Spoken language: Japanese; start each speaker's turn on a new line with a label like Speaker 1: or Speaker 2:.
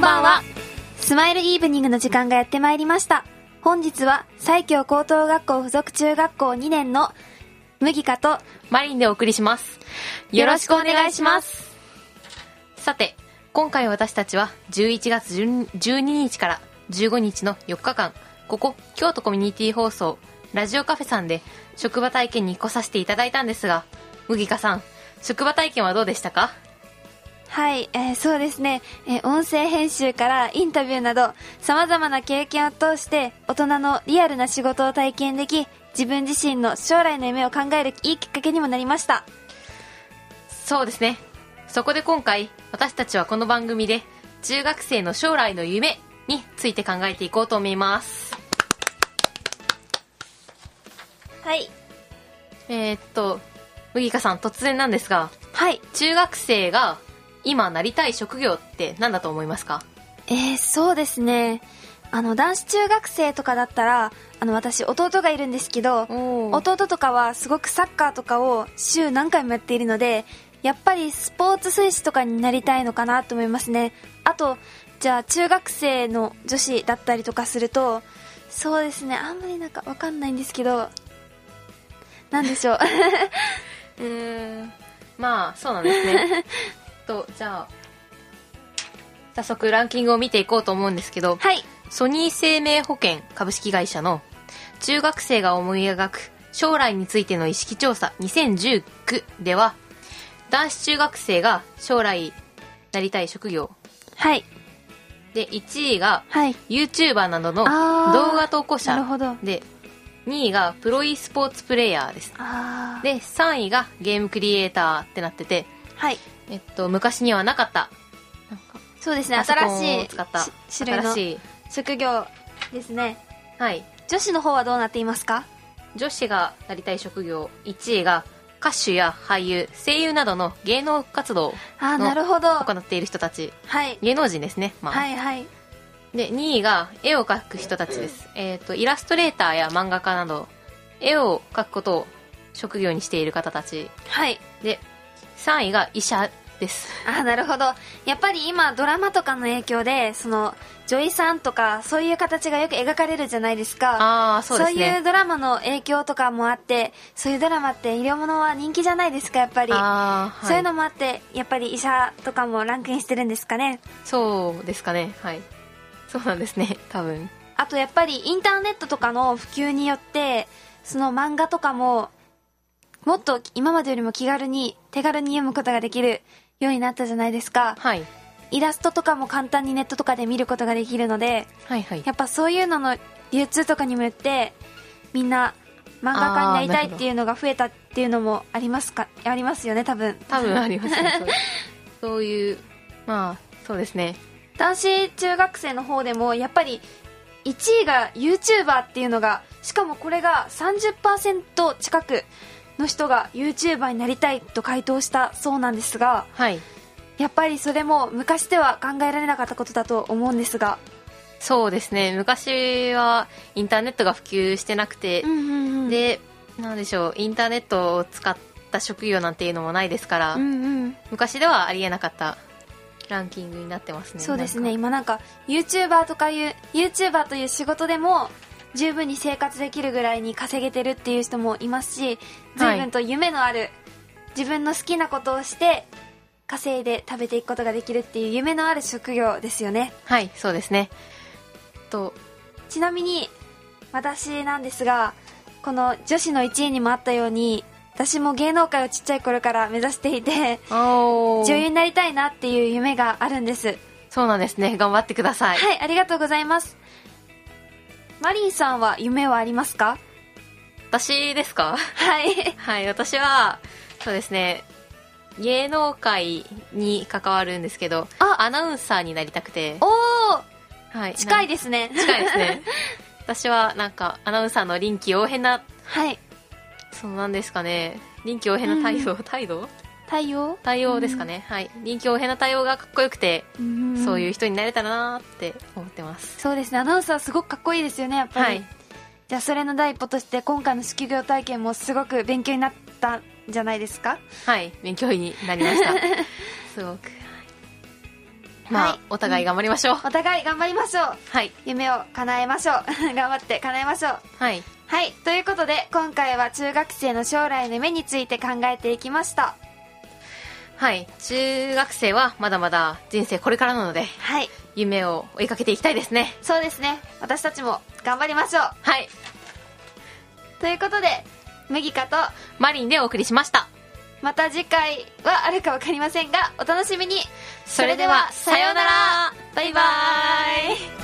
Speaker 1: ばんは
Speaker 2: スマイルイーブニングの時間がやってまいりました。本日は、西京高等学校附属中学校2年の麦香と、
Speaker 1: マリンでお送りしますよろしくお願いしますさて今回私たちは11月12 12日から15日の4日間ここ京都コミュニティ放送ラジオカフェさんで職場体験に来させていただいたんですが麦香さん職場体験はどうでしたか
Speaker 2: はい、えーそうですね、えー音声編集からインタビューなど、様々な経験を通して、大人のリアルな仕事を体験でき、自分自身の将来の夢を考えるいいきっかけにもなりました。
Speaker 1: そうですねそこで今回私たちはこの番組で中学生の将来の夢について考えていこうと思います
Speaker 2: はい。
Speaker 1: えーっと麦香さん突然なんですが
Speaker 2: はい。
Speaker 1: 中学生が今なりたい職業って何だと思いますか
Speaker 2: えー、そうですね。あの、男子中学生とかだったら、あの、私、弟がいるんですけど、
Speaker 1: お
Speaker 2: 弟とかはすごくサッカーとかを週何回もやっているのでやっぱりスポーツ推進とかになりたいのかなと思いますねあとじゃあ中学生の女子だったりとかするとそうですねあんまりなんかわかんないんですけどなんでしょ う
Speaker 1: うーんまあそうなんですね とじゃあ早速ランキングを見ていこうと思うんですけど
Speaker 2: はい
Speaker 1: ソニー生命保険株式会社の中学生が思い描く将来についての意識調査2019では男子中学生が将来なりたい職業
Speaker 2: はい
Speaker 1: で1位が
Speaker 2: はい
Speaker 1: YouTuber などの
Speaker 2: あー
Speaker 1: 動画投稿
Speaker 2: な
Speaker 1: 者
Speaker 2: るほどあ
Speaker 1: で2位がプロ e スポーツプレイヤーです
Speaker 2: あー
Speaker 1: で3位がゲームクリエイターってなってて、
Speaker 2: はい
Speaker 1: えっと、昔にはなかった
Speaker 2: そうですね
Speaker 1: パソコン
Speaker 2: 新し
Speaker 1: を
Speaker 2: い
Speaker 1: 使った
Speaker 2: し種類の
Speaker 1: 新しい、
Speaker 2: 職業ですね
Speaker 1: はい、
Speaker 2: 女子の方はどうなっていますか
Speaker 1: 女子がなりたい職業1位が歌手や俳優声優などの芸能活動を
Speaker 2: ああ
Speaker 1: の
Speaker 2: なるほど
Speaker 1: 行
Speaker 2: は
Speaker 1: っている人たち
Speaker 2: い
Speaker 1: 芸能人ですね、まあ
Speaker 2: はいはい
Speaker 1: で2位が絵を描く人たちです、えっとイラストレーターや漫画家など絵を描くことを職業にしている方たち
Speaker 2: はい
Speaker 1: で3位が医者です
Speaker 2: あなるほどやっぱり今ドラマとかの影響でその女医さんとかそういう形がよく描かれるじゃないですか
Speaker 1: ああそうですね
Speaker 2: いうドラマの影響とかもあってそういうドラマって医療ものは人気じゃないですかやっぱり、
Speaker 1: あー
Speaker 2: そうい
Speaker 1: は
Speaker 2: うのもあってやっぱり医者とかもランクインしてるんですかね
Speaker 1: そうですかねはいそうなんですね多分
Speaker 2: あとやっぱりインターネットとかの普及によってその漫画とかももっと今までよりも気軽に手軽に読むことができるようになったじゃないですか
Speaker 1: はい
Speaker 2: イラストとかも簡単にネットとかで見ることができるので
Speaker 1: はいはい
Speaker 2: やっぱそういうのの流通とかにもよってみんな漫画家になりたいっていうのが増えたっていうのもありますかありますよね多分
Speaker 1: 多分ありますね そういうそういうまあそうですね
Speaker 2: 男子中学生の方でもやっぱり1位が YouTuber っていうのがしかもこれが30%近くの人が YouTuber になりたいと回答したそうなんですが
Speaker 1: はい
Speaker 2: やっぱりそれも昔では考えられなかったことだと思うんですが、
Speaker 1: そうですね昔はインターネットが普及してなくて、
Speaker 2: で、
Speaker 1: でなんでしょうインターネットを使った職業なんていうのもないですから、
Speaker 2: うんうん、
Speaker 1: 昔ではありえなかったランキングになってますね
Speaker 2: そうですね
Speaker 1: なんか
Speaker 2: 今なんか YouTuber とかいう YouTuber という仕事でも十分に生活できるぐらいに稼げてるっていう人もいますし随分と夢のある、自分の好きなことをして稼いで食べていくことができるっていう夢のある職業ですよね
Speaker 1: はいそうですねと
Speaker 2: ちなみに私なんですがこの女子の1位にもあったように私も芸能界をちっちゃい頃から目指していて
Speaker 1: 女
Speaker 2: 女優になりたいなっていう夢があるんです
Speaker 1: そうなんですね頑張ってください、
Speaker 2: はい、ありがとうございます。マリンさんは夢はありますか
Speaker 1: 私ですか
Speaker 2: はい。
Speaker 1: はい私はそうですね芸能界に関わるんですけど
Speaker 2: あ
Speaker 1: アナウンサーになりたくて
Speaker 2: おー
Speaker 1: はい
Speaker 2: 近い
Speaker 1: で
Speaker 2: ですね。
Speaker 1: 近いです ね私はなんかアナウンサーの臨機応変な
Speaker 2: はい。
Speaker 1: そうなんですかね臨機応変な態度、態度
Speaker 2: 太陽。
Speaker 1: 対応ですかね、はい臨機応変な対応がかっこよくて、そういうう人になれたらなーって思ってます、
Speaker 2: そうですね。アナウンサーすごくかっこいいですよね、やっぱり。
Speaker 1: はい
Speaker 2: じゃあ、それの第一歩として、今回の職業体験もすごく勉強になったんじゃないですか
Speaker 1: はい勉強になりましたすごくまあ、
Speaker 2: はい
Speaker 1: お互い頑張りましょう、
Speaker 2: お互い頑張りましょう
Speaker 1: はい
Speaker 2: 夢を叶えましょう 頑張って叶えましょう
Speaker 1: はい
Speaker 2: はいということで今回は中学生の将来の夢について考えていきました
Speaker 1: はい中学生はまだまだ人生これからなので
Speaker 2: はい
Speaker 1: 夢を追いかけていきたいですね
Speaker 2: そうですね私たちも頑張りましょう
Speaker 1: はい
Speaker 2: ということで麦かと
Speaker 1: マリンでお送りしました
Speaker 2: また次回はあるか分かりませんがお楽しみに
Speaker 1: それではさようなら
Speaker 2: バイバイ